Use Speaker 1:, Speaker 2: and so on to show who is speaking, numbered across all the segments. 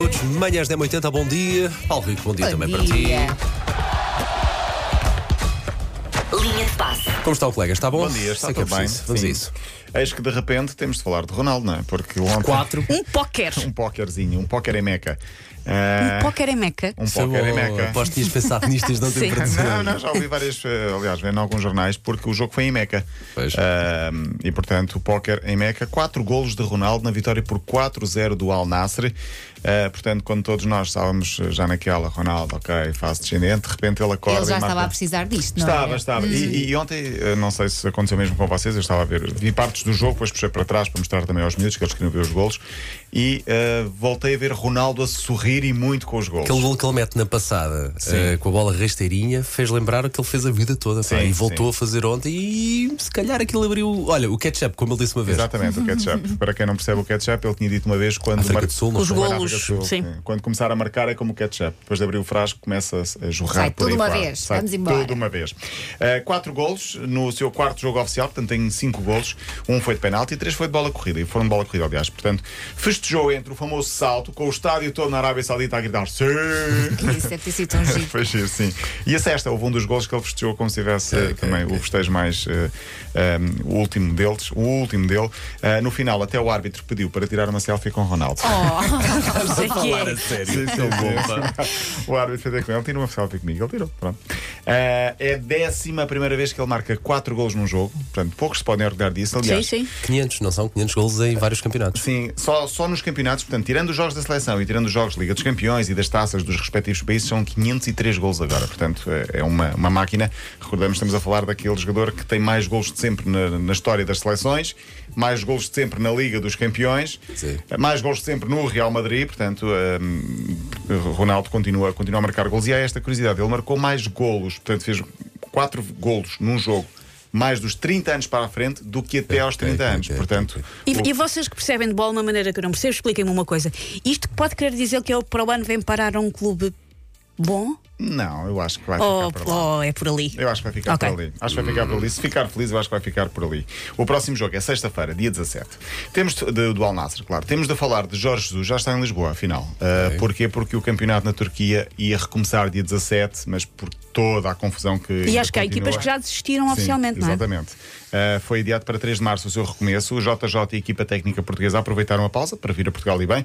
Speaker 1: minutos, manhãs 10h80, bom dia. Paulo Rico, bom dia
Speaker 2: Bom
Speaker 1: também
Speaker 2: dia.
Speaker 1: para ti.
Speaker 3: Linha de passe.
Speaker 1: Como está o colega? Está bom?
Speaker 4: Bom dia, está
Speaker 1: Sei que é
Speaker 4: tudo bem.
Speaker 1: preciso. Vamos
Speaker 4: Sim.
Speaker 1: a isso.
Speaker 4: Eis que de repente temos de falar de Ronaldo, não é? Porque ontem.
Speaker 1: Quatro.
Speaker 2: Um póquer.
Speaker 4: Um póquerzinho, um póquer em Meca.
Speaker 2: Um
Speaker 4: Ah,
Speaker 2: póquer em Meca.
Speaker 4: um
Speaker 1: Sei
Speaker 4: póquer em
Speaker 1: é bom,
Speaker 4: Meca.
Speaker 1: Aposto que tinhas pensado nisto e não
Speaker 2: Sim.
Speaker 1: tenho para dizer.
Speaker 4: Não, não, já ouvi várias, eh, aliás, vendo alguns jornais, porque o jogo foi em Meca.
Speaker 1: Pois.
Speaker 4: Ah, e portanto, o póquer em Meca, quatro golos de Ronaldo na vitória por 4-0 do Al Nasser. Ah, portanto, quando todos nós estávamos já naquela, Ronaldo, ok, fase descendente, de repente ele acorda
Speaker 2: Ele já
Speaker 4: e marca.
Speaker 2: estava a precisar disto, não
Speaker 5: é?
Speaker 4: Estava,
Speaker 2: era?
Speaker 4: estava. E, e ontem, eh, não sei se aconteceu mesmo com vocês, eu estava a ver, vi partes do jogo, depois puxei para trás para mostrar também aos miúdos que eles queriam ver os golos e eh, voltei a ver Ronaldo a sorrir e muito com os golos.
Speaker 1: Aquele gol que ele mete na passada eh, com a bola rasteirinha fez lembrar o que ele fez a vida toda pá,
Speaker 4: Sim,
Speaker 1: e voltou
Speaker 4: sim.
Speaker 1: a fazer ontem. E se calhar aquilo abriu. Olha, o ketchup, como ele disse uma vez.
Speaker 4: Exatamente, o ketchup. Para quem não percebe o ketchup, ele tinha dito uma vez quando.
Speaker 1: África
Speaker 4: mar-
Speaker 1: do Sul, não
Speaker 2: Uhum. Os
Speaker 1: sei.
Speaker 4: Foi na África do
Speaker 2: golos,
Speaker 4: Sul,
Speaker 2: sim.
Speaker 4: Quando começar a marcar é como o ketchup. Depois de abrir o frasco, começa a jorrar
Speaker 2: Sai
Speaker 4: por aí
Speaker 2: tudo uma
Speaker 4: fora.
Speaker 2: vez.
Speaker 4: Sai
Speaker 2: Vamos embora.
Speaker 4: Tudo uma vez. Eh, quatro golos no seu quarto jogo oficial, portanto tem cinco golos. Um foi de penalti e três foi de bola corrida. E foram de bola corrida, aliás. Portanto, festejou entre o famoso salto, com o estádio todo na Arábia Saudita a gritar sim.
Speaker 2: Isso deve ter sido tão giro.
Speaker 4: Foi giro, sim. E a sexta, houve um dos golos que ele festejou como se tivesse eh, também o festejo mais. eh, um, o último deles, o último dele. Eh, no final, até o árbitro pediu para tirar uma selfie com Ronaldo.
Speaker 2: Oh, sei que é.
Speaker 1: sério.
Speaker 4: Sim, sim, sim. o árbitro fez com ele, tira uma selfie comigo, ele tirou. Pronto. Eh, é a décima primeira vez que ele marca quatro golos num jogo, portanto, poucos se podem orgulhar disso. Aliás,
Speaker 1: 500, não são? 500 golos em vários campeonatos.
Speaker 4: Sim, só, só nos campeonatos, portanto, tirando os jogos da seleção e tirando os jogos de Liga dos Campeões e das taças dos respectivos países, são 503 golos agora. Portanto, é é uma, uma máquina. Recordamos, estamos a falar daquele jogador que tem mais golos de sempre na, na história das seleções, mais golos de sempre na Liga dos Campeões,
Speaker 1: Sim.
Speaker 4: mais golos de sempre no Real Madrid. Portanto, hum, Ronaldo continua, continua a marcar golos. E há esta curiosidade: ele marcou mais golos, portanto, fez quatro golos num jogo. Mais dos 30 anos para a frente do que até aos 30
Speaker 1: É, ok,
Speaker 4: anos.
Speaker 1: ok,
Speaker 4: Portanto,
Speaker 1: ok.
Speaker 4: o-
Speaker 5: E, e vocês que percebem de bola de uma maneira que eu não percebo, expliquem-me uma coisa. Isto pode querer dizer que ele para o ano vem parar a um clube bom?
Speaker 4: Não, eu acho que vai
Speaker 5: Ou,
Speaker 4: ficar por lá.
Speaker 5: ou é por ali?
Speaker 4: Eu acho que vai ficar
Speaker 5: Ok.
Speaker 4: por ali. Acho que vai ficar por ali. Se ficar feliz, eu acho que vai ficar por ali. O próximo jogo é sexta-feira, dia 17. Temos de, de- do Al Nassr, claro. Temos de falar de Jorge Jesus, já está em Lisboa, afinal. Uh, Porquê? Porque o campeonato na Turquia ia recomeçar dia 17, mas por toda a confusão que.
Speaker 5: E acho que há equipas que já desistiram oficialmente, não é?
Speaker 4: Exatamente. Uh, foi adiado para 3 de março o seu recomeço. O JJ e a equipa técnica portuguesa aproveitaram a pausa para vir a Portugal e bem.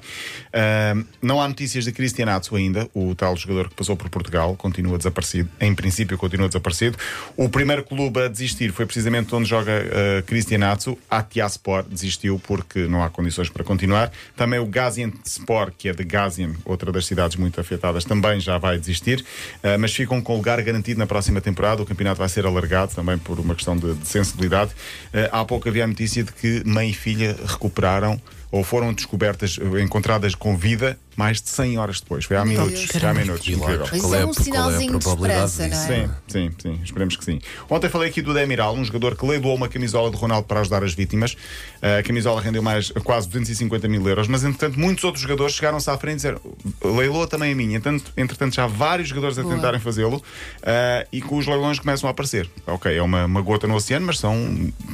Speaker 4: Uh, não há notícias de Cristian Atsu ainda, o tal jogador que passou por Portugal, continua desaparecido. Em princípio, continua desaparecido. O primeiro clube a desistir foi precisamente onde joga uh, Cristian Atsu. A Tiaspor desistiu porque não há condições para continuar. Também o Gaziantepspor, que é de Gazian, outra das cidades muito afetadas, também já vai desistir. Uh, mas ficam com lugar garantido na próxima temporada. O campeonato vai ser alargado também por uma questão de, de sensibilidade. Eh, há pouco havia a notícia de que mãe e filha recuperaram ou foram descobertas, eh, encontradas com vida mais de 100 horas depois. Foi há minutos. Foi há minutos. Incrível.
Speaker 2: Mas
Speaker 1: Qual
Speaker 2: é
Speaker 1: a-
Speaker 2: um
Speaker 1: qual a
Speaker 2: sinalzinho de
Speaker 1: probabilidade
Speaker 2: esperança, não é?
Speaker 1: disso?
Speaker 4: Sim, sim, sim, esperemos que sim. Ontem falei aqui do Demiral, um jogador que leiloou uma camisola de Ronaldo para ajudar as vítimas. Eh, A camisola rendeu mais quase 250 mil euros, mas entretanto muitos outros jogadores chegaram-se à frente e disseram leiloa também a minha. Entretanto, entretanto já há vários jogadores a
Speaker 2: Boa.
Speaker 4: tentarem fazê-lo eh, e que os leilões começam a aparecer. Ok, é uma, uma gota no oceano, mas são,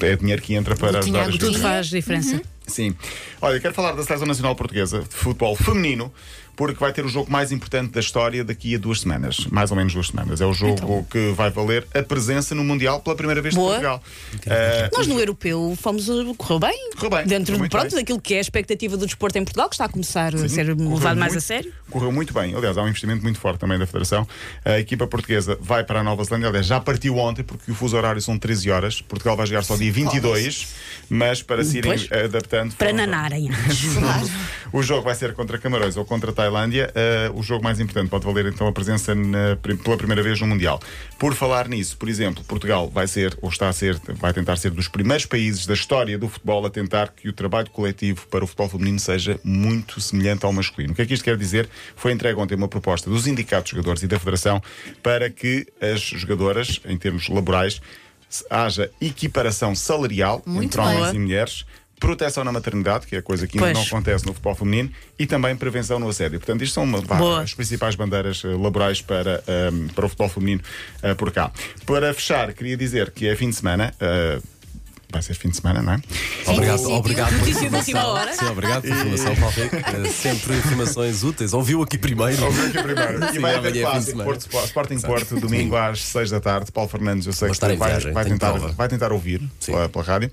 Speaker 4: é dinheiro que entra para
Speaker 2: Gotinha
Speaker 4: ajudar as
Speaker 2: a
Speaker 4: vítimas.
Speaker 2: gotinha.
Speaker 5: Tudo faz
Speaker 4: Uhum.
Speaker 5: diferença.
Speaker 4: Sim. Olha, quero falar da Seleção Nacional Portuguesa de futebol feminino, porque vai ter o jogo mais importante da história daqui a duas semanas. Mais ou menos duas semanas. É o jogo que vai valer a presença no Mundial pela primeira vez
Speaker 5: Então. Boa.
Speaker 4: de Portugal. Eh,
Speaker 5: Nós no europeu fomos. correu bem?
Speaker 4: Correu bem,
Speaker 5: Dentro
Speaker 4: correu
Speaker 5: de
Speaker 4: muito
Speaker 5: pronto,
Speaker 4: bem.
Speaker 5: daquilo que é a expectativa do desporto em Portugal, que está a começar a ser
Speaker 4: Correu
Speaker 5: levado mais
Speaker 4: muito-
Speaker 5: a sério.
Speaker 4: Correu muito bem. Aliás, há um investimento muito forte também da Federação. A equipa portuguesa vai para a Nova Zelândia. Aliás, já partiu ontem, porque o fuso horário são 13 horas. Portugal vai jogar só dia 22, mas para se irem
Speaker 5: Pois.
Speaker 4: adaptando.
Speaker 5: Para
Speaker 4: foram-
Speaker 5: nanarem.
Speaker 4: O jogo vai ser contra Camarões ou contra Tailândia. eh, o jogo mais importante pode valer então a presença na- pela primeira vez no Mundial. Por falar nisso, por exemplo, Portugal vai ser, ou está a ser, vai tentar ser dos primeiros países da história do futebol a tentar que o trabalho coletivo para o futebol feminino seja muito semelhante ao masculino. O que é que isto quer dizer? Foi entregue ontem uma proposta dos sindicatos de jogadores e da Federação para que as jogadoras, em termos laborais, se- haja equiparação salarial
Speaker 2: Muito
Speaker 4: entre homens
Speaker 5: boa.
Speaker 4: e mulheres, proteção na maternidade, que é coisa que ainda
Speaker 5: Pois.
Speaker 4: não acontece no futebol feminino, e também prevenção no assédio. Portanto, isto são uma- vá,
Speaker 5: Boa.
Speaker 4: as principais bandeiras eh, laborais para, ehm, para o futebol feminino eh, por cá. Para fechar, queria dizer que é fim de semana. eh, vai ser fim de semana, não é?
Speaker 1: Obrigado,
Speaker 2: sim.
Speaker 1: obrigado pela
Speaker 5: Notícia de última
Speaker 1: informação.
Speaker 5: hora.
Speaker 1: Sim, obrigado pela informação, Paulo Rico. Eh, Sempre informações úteis. Ouviu aqui primeiro.
Speaker 4: Vamos ver aqui primeiro. E
Speaker 1: Sim,
Speaker 4: vai
Speaker 1: amanhã é fim de
Speaker 4: haver clássico
Speaker 1: semana.
Speaker 4: Porto, Sport- Sporting Porto, domingo às 6 da tarde. Paulo Fernandes, eu sei
Speaker 1: Vou
Speaker 4: que
Speaker 1: estar em
Speaker 4: vai,
Speaker 1: viagem,
Speaker 4: vai
Speaker 1: tenho
Speaker 4: tentar,
Speaker 1: prova.
Speaker 4: vai tentar ouvir
Speaker 1: Sim.
Speaker 4: pela, pela rádio.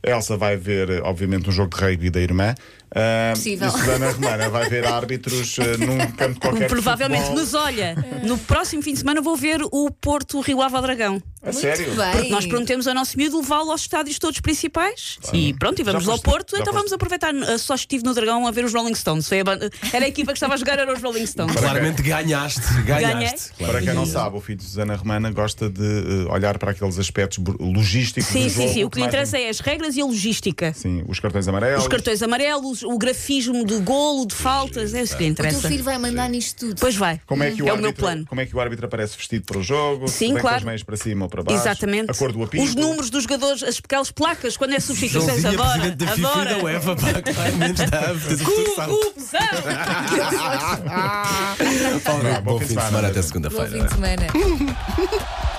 Speaker 4: A Elsa vai ver, obviamente, um jogo de rugby da irmã. Ah, e
Speaker 2: Possível.
Speaker 4: a Susana Romana vai ver árbitros ah, num campo qualquer. de
Speaker 5: Provavelmente
Speaker 4: futebol.
Speaker 5: nos olha. No próximo fim de semana vou ver o Porto Rio Ave ao Dragão.
Speaker 4: A sério?
Speaker 2: Muito bem.
Speaker 5: Nós prometemos ao nosso miúdo levá-lo aos estádios todos principais e pronto, e vamos
Speaker 4: Já
Speaker 5: ao
Speaker 4: foste- né?
Speaker 5: Porto,
Speaker 4: já
Speaker 5: então vamos
Speaker 4: foste.
Speaker 5: aproveitar. Eu Só estive no Dragão a ver os Rolling Stones. Foi a ban- Era a equipa que estava a jogar, era os Rolling Stones.
Speaker 1: Claramente ganhaste.
Speaker 5: Ganhei.
Speaker 1: Ganhaste.
Speaker 4: Para quem não
Speaker 1: Ganhaste.
Speaker 4: sabe, o filho de Susana Romana gosta de eh, olhar para aqueles aspectos bur- logísticos
Speaker 5: Sim,
Speaker 4: do
Speaker 5: sim,
Speaker 4: jogo.
Speaker 5: sim. O que lhe
Speaker 4: mais-
Speaker 5: interessa é as regras e a logística.
Speaker 4: Sim, os cartões amarelos.
Speaker 5: Os cartões amarelos, o grafismo do golo, de faltas, é isso que lhe
Speaker 2: O teu
Speaker 5: interessa.
Speaker 2: filho vai mandar nisto tudo.
Speaker 5: Pois vai.
Speaker 4: Como é, que o
Speaker 5: o
Speaker 4: árbitro,
Speaker 5: meu plano.
Speaker 4: como é que o árbitro aparece vestido para o jogo?
Speaker 5: Sim,
Speaker 4: se bem
Speaker 5: claro.
Speaker 4: Com as meias para cima ou para baixo?
Speaker 5: Exatamente.
Speaker 4: A cor do apito?
Speaker 5: Os números dos jogadores, as, aquelas placas, quando é substituições,
Speaker 1: Joãozinho,
Speaker 5: agora.
Speaker 1: presidente da FIFA
Speaker 5: agora.
Speaker 1: e da UEFA, pá, claramente está a fazer
Speaker 5: Corrupção!
Speaker 1: Paulo Rico,
Speaker 4: bom
Speaker 1: bom
Speaker 4: fim
Speaker 1: fim de
Speaker 4: de semana.
Speaker 1: semana até
Speaker 2: Bom
Speaker 1: segunda-feira.
Speaker 2: fim de semana.